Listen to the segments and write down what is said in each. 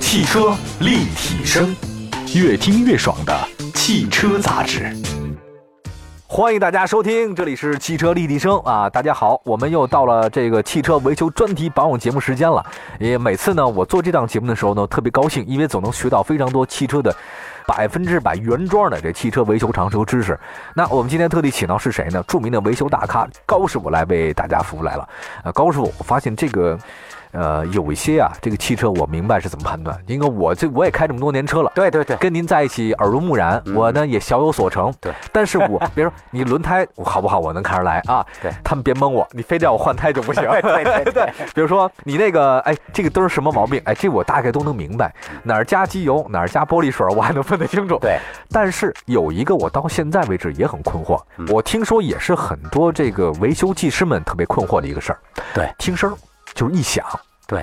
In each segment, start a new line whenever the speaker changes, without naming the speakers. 汽车立体声，越听越爽的汽车杂志。
欢迎大家收听，这里是汽车立体声啊！大家好，我们又到了这个汽车维修专题保养节目时间了。也每次呢，我做这档节目的时候呢，特别高兴，因为总能学到非常多汽车的百分之百原装的这汽车维修常识和知识。那我们今天特地请到是谁呢？著名的维修大咖高师傅来为大家服务来了。呃，高师傅，我发现这个。呃，有一些啊，这个汽车我明白是怎么判断，因为我这我也开这么多年车了，
对对对，嗯
跟您在一起耳濡目染，我呢也小有所成。
对，
但是 我别说你轮胎好不好，我能看出来啊。
对
他们别蒙我，你非得要我换胎就不行。
对对对对，
比如说你那个，哎，这个灯什么毛病？哎，这我大概都能明白，哪儿加机油，哪儿加玻璃水，我还能分得清楚。
嗯对，
但是有一个我到现在为止也很困惑，
嗯
我听说也是很多这个维修技师们特别困惑的一个事儿。
对，
听声儿就是异响。
对，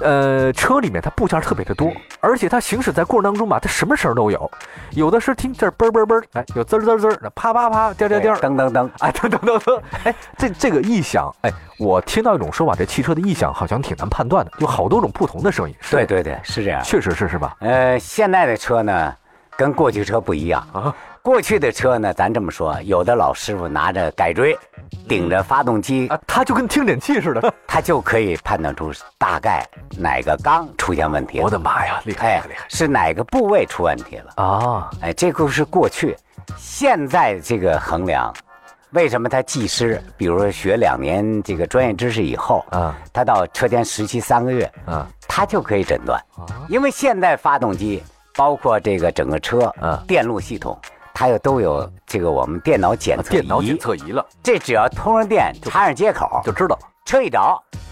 呃，车里面它部件特别的多，而且它行驶在过程当中吧，它什么声儿都有，有的是听这儿嘣儿嘣儿嘣儿，哎，有滋儿滋儿滋儿，啪啪啪，颠儿颠儿颠儿，
噔噔噔，
哎，等等等等，哎，这这个异响，哎，我听到一种说法，这汽车的异响好像挺难判断的，有好多种不同的声音。是
对，对对，是这样。
确实是是吧？
呃，现在的车呢，跟过去车不一样
啊。
过去的车呢，咱这么说，有的老师傅拿着改锥，顶着发动机，
啊，它就跟听诊器似的。
他就可以判断出大概哪个缸出现问 题
我
了。
的妈呀，厉害啊
哎
厉害厉害，
是哪个部位出问题了？
啊！
哎，这个是过去，现在这个衡量，为什么他技师，比如说学两年这个专业知识以后，
啊
他到车间实习三个月，
啊
他就可以诊断。
啊！
因为现代发动机包括这个整个车，
嗯
电路系统，它又都有这个我们电脑检测仪，
啊电脑检测仪了，
这只要通上电，插上接口，
就知道了
车一着，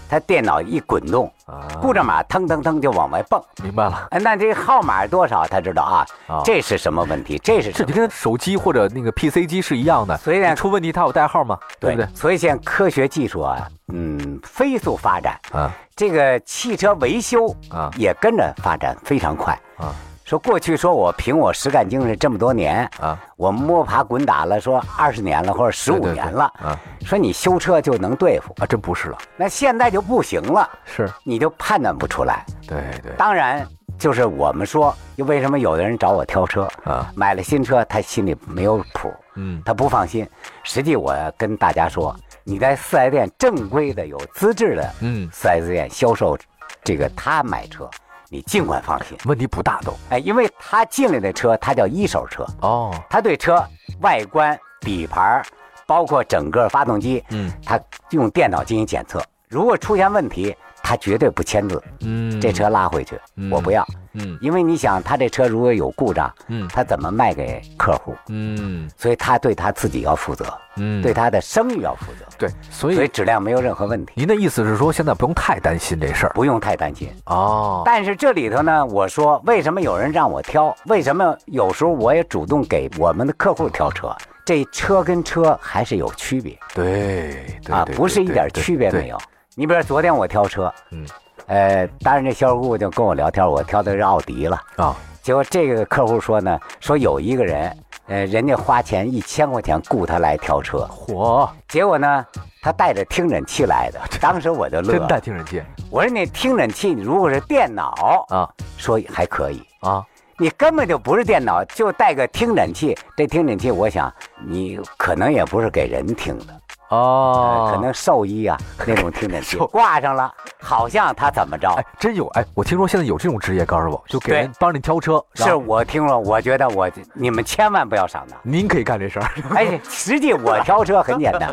它电脑一滚动，
啊。
故障码腾腾腾就往外蹦。
明白了，
哎那这号码多少？他知道啊，
啊
这是什么问题？这是
这
什
就
么？
跟手机或者那个 PC 机是一样的，
所以呢
你出问题它有代号嘛，对不对？
所以现在科学技术啊，嗯，飞速发展，
啊
这个汽车维修
啊
也跟着发展非常快。
啊
说过去说我凭我实干精神这么多年，
啊！
我摸爬滚打了，说二十年了或者十
对
五
对对
年了，
啊
说你修车就能对付，
啊，真不是了，
那现在就不行了，
是
你就判断不出来。
对对
当然，就是我们说，又为什么有的人找我挑车，
啊，
买了新车他心里没有谱，
嗯
他不放心。实际我跟大家说，你在四 S 店正规的有资质的
嗯，
四 S 店销售，这个他买车，你尽管放心，
问题不大都
哎，因为他进来的车，他叫一手车。
哦，
他对车外观、底盘儿，包括整个发动机，
嗯
他用电脑进行检测。如果出现问题，他绝对不签字，
嗯，
这车拉回去，
嗯
我不要，
嗯
因为你想，他这车如果有故障，
嗯
他怎么卖给客户？
嗯
所以他对他自己要负责，
嗯，
对他的声誉要负责，
对，所
所以
以
质量没有任何问题，
您的意思是说，现在不用太担心这事儿
不用太担心。
哦，
但是这里头呢，我说为什么有人让我挑？为什么有时候我也主动给我们的客户挑车？这车跟车还是有区别。
对对
啊
对，
不是
对
一
对
点
对
区别
对
没有。你比如说昨天我挑车，
嗯
呃，当然这销售顾问就跟我聊天，我挑的是奥迪了。
啊，
结果这个客户说呢，说有一个人，呃，人家花钱一千块钱雇他来挑车，
嚯，
结果呢，他带着听诊器 来的。当时我就乐
真带
了，
听人见
我说你听诊器如果是电脑，
啊
说还可以，
啊，
你根本就不是电脑，就带个听诊器。这听诊器，我想你可能也不是给人听的。
哦，
可能兽医啊那种听诊器
兽
挂上了，好像他怎么着？
哎，真有哎，我听说现在有这种职业，高师傅就给
对
人帮你挑车，然
是
后
我听了，我觉得我你们千万不要上当。
您可以干这事儿，
哎，实际我挑车很简单，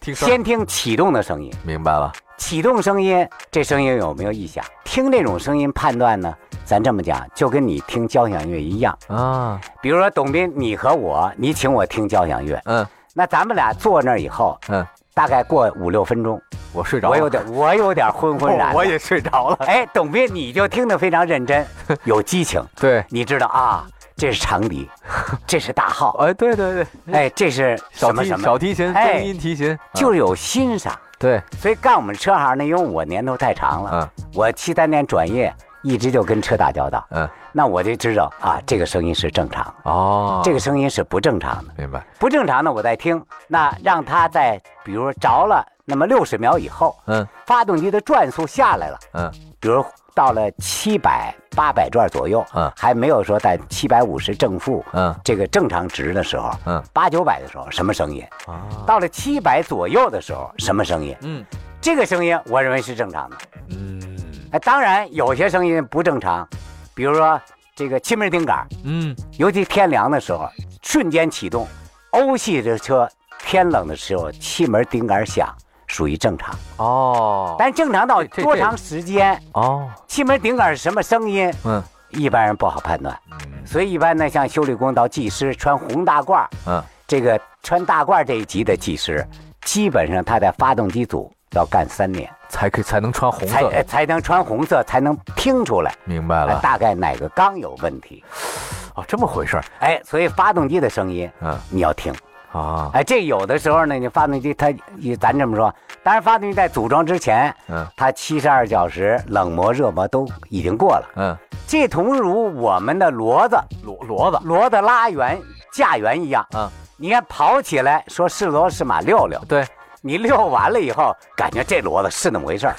听声儿
先听启动的声音，
明白了，
启动声音这声音有没有异响？听这种声音判断呢，咱这么讲，就跟你听交响乐一样。
啊，
比如说董斌，你和我，你请我听交响乐，
嗯
那咱们俩坐那儿以后，
嗯，
大概过五六分钟，
我睡着了，哦
我 有点我有点昏昏然了，
我也睡着了，
哎，董斌，你就听得非常 认真，有激情。
对，
你知道啊，这是长 笛，这是大号，
哎，对对对，
哎，这是
小
什么
提
什
小
么，
提琴、
哎
中音提琴，啊
就是是有欣赏。
对，
所以干我们车行呢，因为我年头太长了，
嗯
我七三年转业，一直就跟车打交道，
嗯，
那我就知道啊，这个声音是正常的，
哦，
这个声音是不正常的。
明白，
不正常的我在听，那让它在比如说着了那么六十秒以后，
嗯
发动机的转速下来了，
嗯
比如到了七百八百转左右，
嗯
还没有说在七百五十正负，
嗯
这个正常值的时候，
嗯
八九百的时候什么声音？
啊，
到了七百左右的时候什么声音？
嗯
这个声音我认为是正常的。
嗯
哎，当然有些声音不正常，比如说这个气门顶杆儿，
嗯，
尤其天凉的时候，瞬间启动。欧系的车天冷的时候，气门顶杆响属于正常，
哦，
但正常到
这这
多长时间，
哦，
气门顶杆是什么声音，
嗯
一般人不好判断。所以一般呢，像修理工到技师穿红大褂儿，
嗯，
这个穿大褂儿这一级的技师，基本上他在发动机组要干三年，
才可以才能穿红
才
色
呃
的，
才能穿红色，才能听出来。
明白
呃
了
大概哪个缸有问题？
哦，啊这么回事儿，
哎，所以发动机的声音
嗯
你要听。
啊，
哎，这有的时候呢，你发动机它，也咱这么说，当然发动机在组装之前，
嗯
它七十二小时冷磨、热磨都已经过了。
嗯，
这同如我们的骡子，
骡骡子，
骡子拉圆、驾圆一样。
嗯，
你看跑起来说是骡是马遛遛，
对，
你遛完了以后，感觉这骡子是那么回事 儿，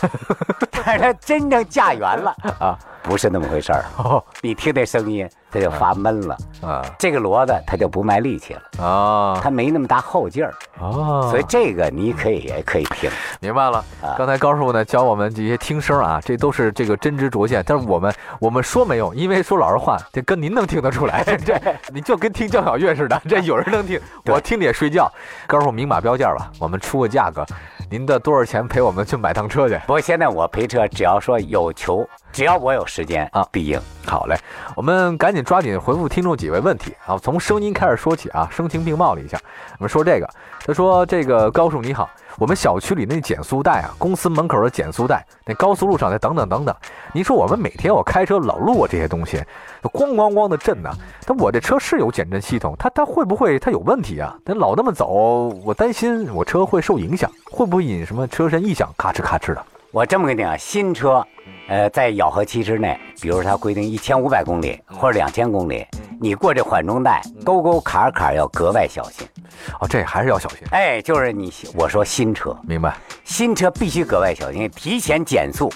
但是它真正驾圆了
啊，
不是那么回事儿。
哦
你听这声音，它就发闷了，
啊
这个骡子它就不卖力气了，
啊
它没那么大后劲儿。
哦，
所以这个你可以也可以听。
明白了
啊，
刚才高师傅呢教我们这些听声啊，这都是这个真知灼见。但是我们我们说没有，因为说老实话，这跟您能听得出来，这这你就跟听交响乐似的，这有人能听，我听着也睡觉。高师傅明码标价吧，我们出个价格，您的多少钱陪我们去买趟车去？
不过现在我陪车，只要说有求，只要我有时间
啊
必应。
好嘞，我们赶紧抓紧回复听众几位问题啊，从声音开始说起啊，声情并茂了一下。我们说这个，他说这个高叔你好，我们小区里那减速带啊，公司门口的减速带，那高速路上的等等等等，您说我们每天我开车老路过这些东西，咣咣咣的震呐、但我这车是有减震系统，它它会不会它有问题啊？它老那么走，我担心我车会受影响，会不会引什么车身异响，咔哧咔哧的？
我这么跟你讲，新车，呃，在咬合期之内，比如它规定一千五百公里或者两千公里，你过这缓冲带，沟沟坎坎要格外小心。
哦，这还是要小心，
哎，就是你我说新车，
明白？
新车必须格外小心，提前减速，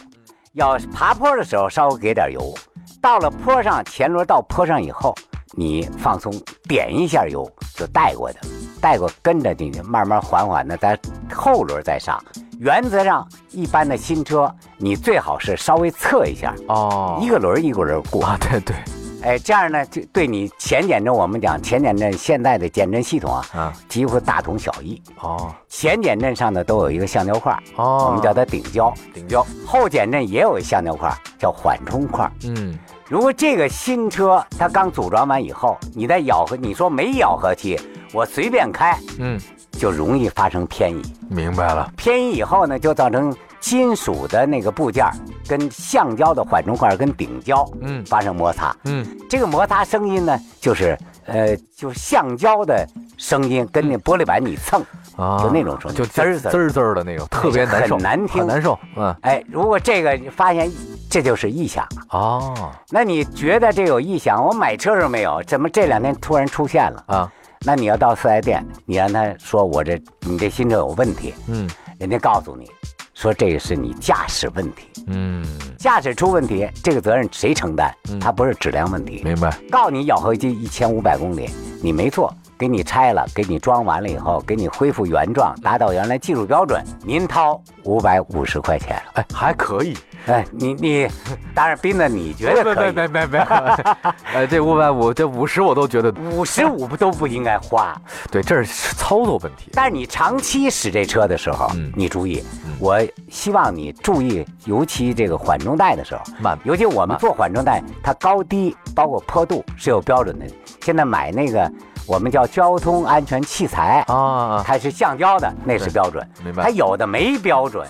要爬坡的时候稍微给点油，到了坡上前轮到坡上以后，你放松点一下油就带过去了，带过跟着进去，慢慢缓缓的在后轮再上。原则上，一般的新车你最好是稍微侧一下，
哦
一个轮儿一个轮儿过，
啊，对对。
哎，这样呢就对你前减震，我们讲前减震现在的减震系统啊，
啊，
几乎大同小异。
哦
前减震上的都有一个橡胶块儿，
哦，
我们叫它顶胶。
顶胶，
后减震也有一橡胶块，叫缓冲块。
嗯
如果这个新车它刚组装完以后，你在咬合，你说没咬合期，我随便开
嗯，
就容易发生偏移。
明白了，
偏移以后呢，就造成金属的那个部件儿跟橡胶的缓冲块跟顶胶
嗯
发生摩擦。
嗯
这个摩擦声音呢，就是呃，就是橡胶的声音跟那玻璃板你蹭，
嗯啊，
就那种声音，
就
滋儿滋儿
滋儿滋哎儿的那种，特别难受，
很难听
很难受，嗯
哎，如果这个你发现这就是异响。
哦
那你觉得这有异响？我买车时候没有，怎么这两天突然出现了？
啊
那你要到四 S 店，你让他说我这你这新车有问题，
嗯
人家告诉你说这个是你驾驶问题，
嗯，
驾驶出问题，这个责任谁承担
嗯？
它不是质量问题。
明白，
告诉你咬合期一千五百公里，你没错，给你拆了，给你装完了以后，给你恢复原状，达到原来技术标准，您掏五百五十块钱。
哎，还可以，
哎，你你，当然斌子，你觉得可以？
别别 别，哎，这五百五，这五十我都觉得，
五十五不都不应该花，
对，这是操作问题，
但是你长期使这车的时候，
嗯
你注意，
嗯
我希望你注意，尤其这个缓冲带的时候，
慢
尤其我们做缓冲带，它高低包括坡度是有标准的。现在买那个我们叫交通安全器材，
啊，
它是橡胶的，那是
对
标准。
明
它
白，嗯
有的没标准，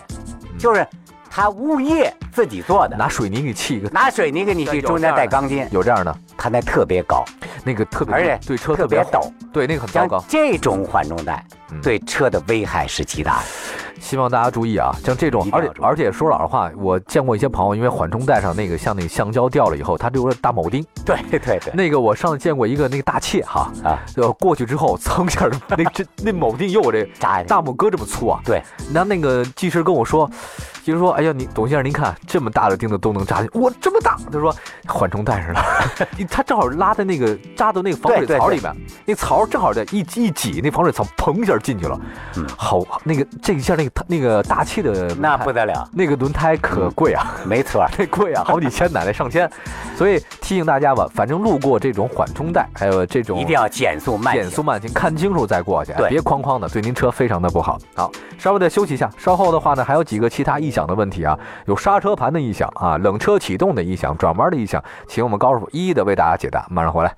就是它物业自己做的，
拿水泥给砌一个，
拿水泥给你去，
有
中间
这样
带
的
钢筋，
有这样的，
它那特别高，
那个特别，
而且
对车
特
别
别
好，
陡。
对，那个很糟
像
糕。
这种缓冲带
嗯
对车的危害是极大的。
希望大家注意啊，像这种
一，定
而且
要注意
而且说老实话，我见过一些朋友，因为缓冲带上那个像那个橡胶掉了以后，它留了大铆钉。
对对对，
那个我上次见过一个那个大切哈，
啊，
呃，过去之后蹭一下儿，那这那铆钉有我这
扎
大拇哥这么粗啊。
对，
那那个技师跟我说，其实说，哎呀，你董先生您看这么大的钉子都能扎进，我这么大，他说缓冲带似的， 他正好拉在那个扎到那个防水
对对
槽里面，那槽正好在一一挤，那防水槽砰一下进去了，
嗯
好那个这一下那个那个大气的轮胎
那不嗯 得了，
那个轮胎可贵啊。
没错儿，
那贵啊，好几千呢，得上千。所以提醒大家吧，反正路过这种缓冲带，还有这种
一定要减速慢行
减速慢行，看清楚再过去，哎
对
别哐哐的，对您车非常的不好。好，稍微的休息一下，稍后的话呢，还有几个其他异响的问题啊，有刹车盘的异响啊，冷车启动的异响，转弯的异响，请我们高师傅一一的为大家解答。马上回来。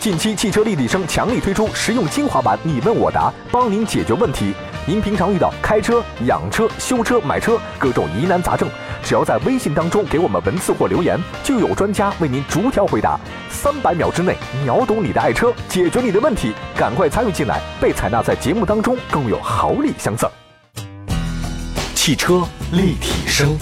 近期汽车立体声强力推出实用精华版“你问我答”，帮您解决问题。您平常遇到开车、养车、修车、买车各种疑难杂症，只要在微信当中给我们文字或留言，就有专家为您逐条回答。三百秒之内秒懂你的爱车，解决你的问题，赶快参与进来，被采纳在节目当中更有好礼相赠。
汽车立体声，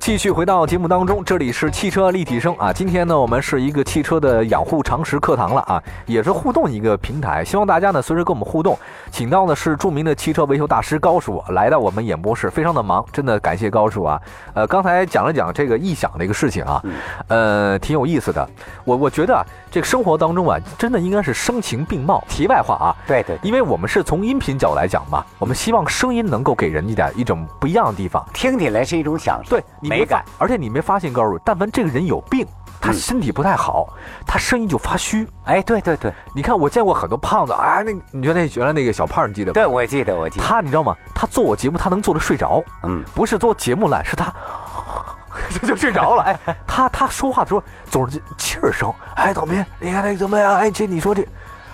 继续回到节目当中，这里是汽车立体声啊。今天呢，我们是一个汽车的养护常识课堂了啊，也是互动一个平台，希望大家呢随时跟我们互动。请到的是著名的汽车维修大师高叔来到我们演播室，非常的忙，真的感谢高叔啊。呃，刚才讲了讲这个异响的一个事情啊，呃，挺有意思的。我我觉得啊，这个生活当中啊，真的应该是声情并茂。题外话啊，
对对，对
因为我们是从音频角来讲嘛，我们希望声音能够给人一点一种不一样的地方。
听起来是一种享受，
对，你没
美
发
感，，
而且你没发现高叔，但凡这个人有病，他
嗯
身体不太好，他声音就发虚。
哎，对对对，
你看我见过很多胖子，啊，那你觉得那原来那个小胖，你记得吧？
对我记得我记得，
他你知道吗？他做我节目，他能做的睡着，
嗯，
不是做节目懒，是他 就就睡着了。哎，他他说话的时候总是气儿声。哎，董斌，你看那个怎么样？哎，这你说这，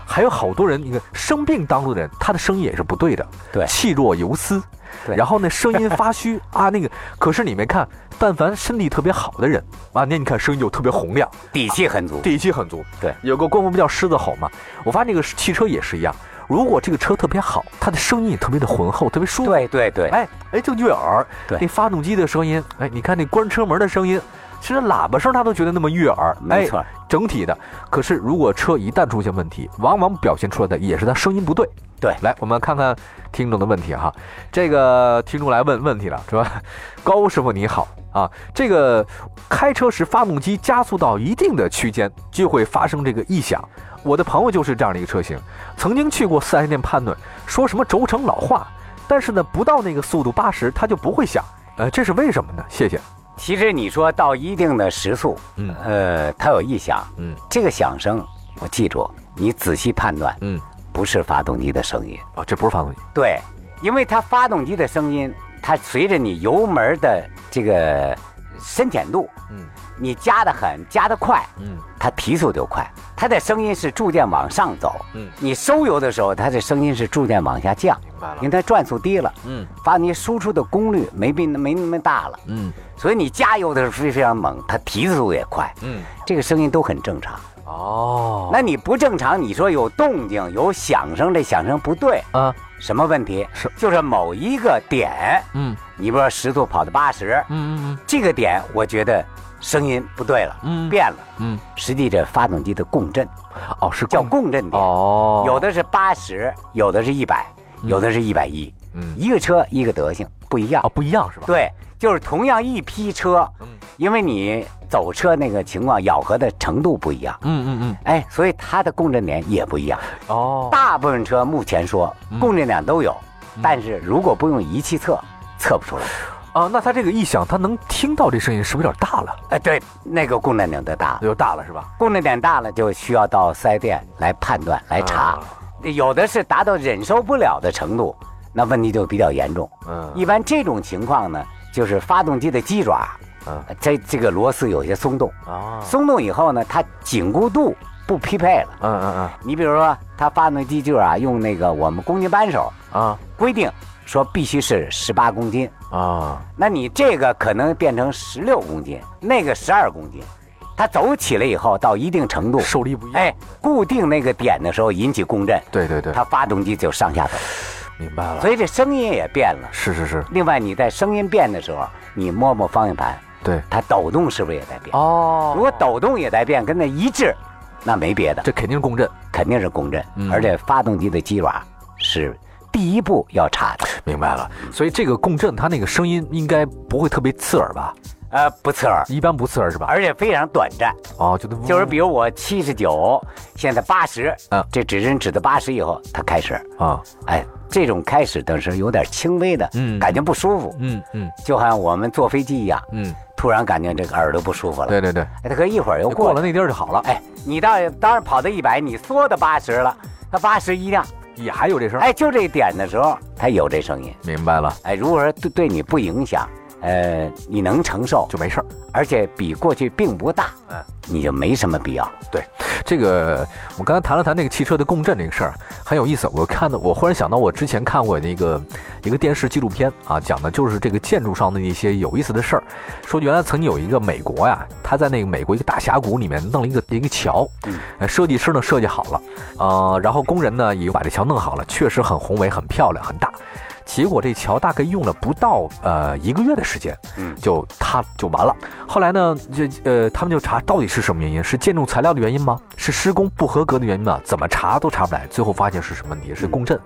还有好多人，你看生病当中的人，他的声音也是不对的，
对
气若游丝。
对
然后呢，声音发虚 啊，那个，可是你没看，但凡身体特别好的人啊，那你看声音就特别洪亮，
底气很足，
底气很足。
对，
有个官方不叫狮子吼嘛，我发现这个汽车也是一样，如果这个车特别好，它的声音也特别的浑厚，特别舒服。
对对对，
哎哎，就悦耳。
对
那发动机的声音，哎，你看那关车门的声音，其实喇叭声他都觉得那么悦耳，
没错
哎，整体的。可是如果车一旦出现问题，往往表现出来的也是他声音不对。
对
来，我们看看听众的问题哈。这个听众来问问题了，说 高师傅你好啊，这个开车时发动机加速到一定的区间就会发生这个异响。我的朋友就是这样的一个车型，曾经去过四 S 店判断，说什么轴承老化，但是呢，不到那个速度八十，它就不会响。呃，这是为什么呢？谢谢。
其实你说到一定的时速，
嗯
呃，它有异响，
嗯
这个响声我记住，你仔细判断，
嗯，
不是发动机的声音。
哦，这不是发动机。
对，因为它发动机的声音，它随着你油门的这个深浅度，
嗯
你加的狠，加的快，
嗯
它提速就快，它的声音是逐渐往上走。
嗯，
你收油的时候，它的声音是逐渐往下降，
明白
因为。它转速低了，
嗯
发动机输出的功率没比没那么大了，
嗯
所以你加油的时候非非常猛，它提速也快，
嗯。
这个声音都很正常。
哦。
那你不正常，你说有动静有响声，这响声不对，
啊
什么问题？
是
就是某一个点，
嗯
你比如说时速跑到八十，
嗯嗯
这个点我觉得声音不对了，
嗯
变了。
嗯
实际这发动机的共振
嗯。哦，是
叫
共
共振点，
哦。
有的是八十，有的是一百，有的是一百一，
嗯
一个车一个德性不一样
哦。不一样是吧？。
对，就是同样一批车，
嗯
因为你走车那个情况咬合的程度不一样，
嗯嗯
哎，所以它的共振点也不一样。
嗯。哦。
大部分车目前说
嗯
共振点都有，但是如果不用仪器测，测不出来。
啊，那它这个异响，它能听到这声音是不是有点大了？
哎，对，那个共振点的大，
有大了是吧？
共振点大了就需要到四 S 店来判断来查
啊，
有的是达到忍受不了的程度，那问题就比较严重。
嗯
一般这种情况呢，就是发动机的鸡爪，
嗯
呃这这个螺丝有些松动，
啊。
松动以后呢，它紧固度不匹配了。
嗯嗯
你比如说，它发动机鸡爪用那个我们公斤扳手
嗯啊
规定说必须是十八公斤，
啊
那你这个可能变成十六公斤，那个十二公斤，它走起来以后到一定程度，
受力不一样。
哎，固定那个点的时候引起共振，
对对对，
它发动机就上下走，
明白了。
所以这声音也变了。
是是是，
另外，你在声音变的时候，你摸摸方向盘，
对。
它抖动是不是也在变？
哦
如果抖动也在变，跟那一致，那没别的，
这肯定是共振。
肯定是共振
嗯，
而且发动机的鸡爪是第一步要查的。
明白了。所以这个共振它那个声音应该不会特别刺耳吧？
呃，不刺耳，
一般不刺耳是吧？
而且非常短暂。
哦，就
就是比如我七十九，现在八十，
嗯
这指针指到八十以后，它开始，
啊，
哎，这种开始等是有点轻微的，
嗯
感觉不舒服，
嗯嗯
就好像我们坐飞机一样，
嗯，
突然感觉这个耳朵不舒服了，
对对对，
哎，它可一会儿又
过
过
了
了，
那地儿就好了。
哎，你到当然跑到一百，你缩到八十了，它八十一亮，
也还有这声儿。
哎，就这一点的时候，它有这声音，
明白了，
哎，如果说对对你不影响，呃，你能承受，
就没事儿。
而且比过去并不大，
嗯，
你就没什么必要，
这个我刚才谈了谈那个汽车的共振这个事儿，很有意思。我看到，我忽然想到我之前看过那个一个电视纪录片啊，讲的就是这个建筑上的一些有意思的事儿。说原来曾经有一个美国呀，他在那个美国一个大峡谷里面弄了一个一个桥
嗯，
呃设计师呢设计好了，呃，然后工人呢也把这桥弄好了，确实很宏伟、很漂亮、很大。结果这桥大概用了不到呃一个月的时间，
嗯
就塌就完了。后来呢，这呃，他们就查到底是什么原因，是建筑材料的原因吗？是施工不合格的原因吗？怎么查都查不来，最后发现是什么问题？是共振。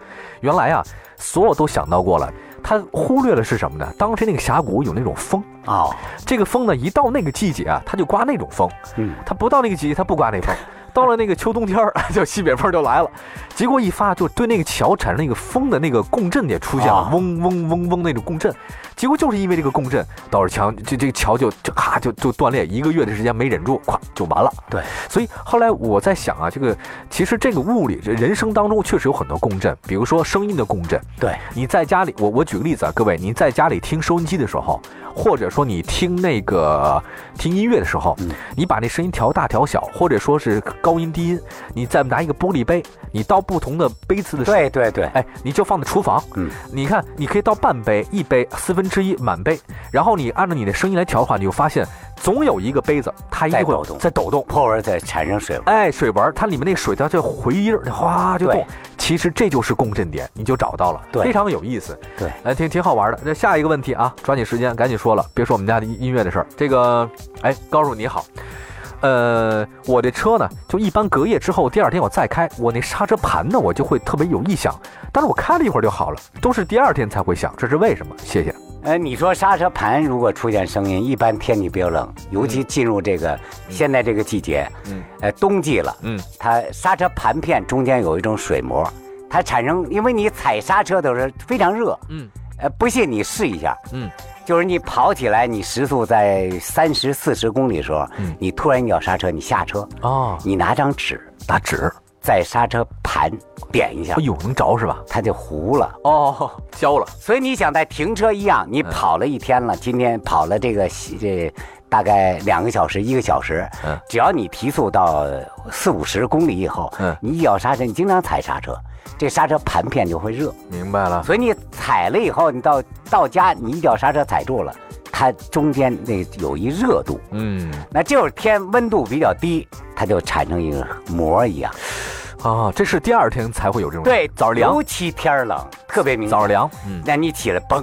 原来啊，所有都想到过了，他忽略了是什么呢？当时那个峡谷有那种风，
哦，
这个风呢，一到那个季节啊，它就刮那种风；
嗯。
它不到那个季节，它不刮那风。到了那个秋冬天儿， 就西北风就来了，结果一发就对那个桥产生那个风的那个共振也出现了
啊，
嗡嗡嗡嗡那种共振，结果就是因为这个共振，导致墙这这个桥就就咔就就断裂，一个月的时间没忍住，咵就完了。
对，
所以后来我在想啊，这个其实这个物理这人生当中确实有很多共振，比如说声音的共振，
对，
你在家里，我我举个例子啊，各位，你在家里听收音机的时候，或者说你听那个听音乐的时候，
嗯
你把那声音调大调小，或者说是高音低音，你再拿一个玻璃杯，你倒不同的杯子的水，
对对对，
哎，你就放在厨房，
嗯，
你看你可以倒半杯、一杯、四分之一、满杯，然后你按照你的声音来调的话，你就发现总有一个杯子它一定会
在抖动
在抖动。
破味儿再产生水味儿。
哎，水纹儿它里面那水它就回音儿，哗就动
对。
其实这就是共振点，你就找到了，
对
非常有意思。
对，
哎，挺挺好玩的。那下一个问题啊，抓紧时间，赶紧说了，别说我们家的音音乐的事儿。这个，哎，高叔你好，呃，我这车呢，就一般隔夜之后，第二天我再开，我那刹车盘呢，我就会特别有异响，但是我开了一会儿就好了，都是第二天才会响，这是为什么？谢谢。
呃，你说刹车盘如果出现声音，一般天气比较冷，尤其进入这个、现在这个季节，
嗯
呃，冬季了，
嗯，
它刹车盘片中间有一种水膜，它产生，因为你踩刹车的时候非常热，
嗯
呃，不信你试一下，
嗯，
就是你跑起来，你时速在三十四十公里的时候，
嗯
你突然要刹车，你下车，
哦，
你拿张纸
打纸，
在刹车盘点一下
哎，呦，能着是吧？
它就糊了。
哦，焦了，
所以你想在停车一样，
嗯
你跑了一天了，今天跑了这个西这大概两个小时一个小时，
嗯
只要你提速到四五十公里以后，
嗯
你一咬刹车，你经常踩刹车，这刹车盘片就会热，
明白了。
所以你踩了以后，你到到家你一脚刹车踩住了，它中间那有一热度，
嗯。
那这会儿天温度比较低，它就产生一个膜一样，
啊，这是第二天才会有这种
对，
早上凉
尤，其天儿冷特别明
早
显，
上凉，嗯，
那你起来嘣，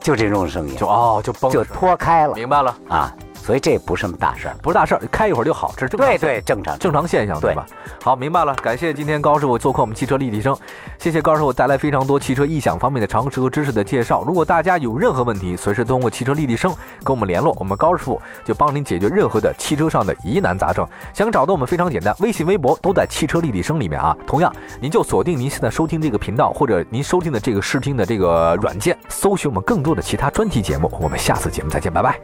就这种声音
就哦就崩了，
就脱开了。
明白了，
啊，所以这不是什么大事儿。
不是大事儿，开一会儿就好，这是正常
对
现
对，正常。
正常现象，对
对
吧？好，明白了，感谢今天高师傅做客我们汽车立体声，谢谢高师傅带来非常多汽车异响方面的常识和知识的介绍。如果大家有任何问题，随时通过汽车立体声跟我们联络，我们高师傅就帮您解决任何的汽车上的疑难杂症。想找到我们非常简单，微信、微博都在汽车立体声里面啊。同样，您就锁定您现在收听这个频道或者您收听的这个视听的这个软件，搜寻我们更多的其他专题节目。我们下次节目再见，拜拜。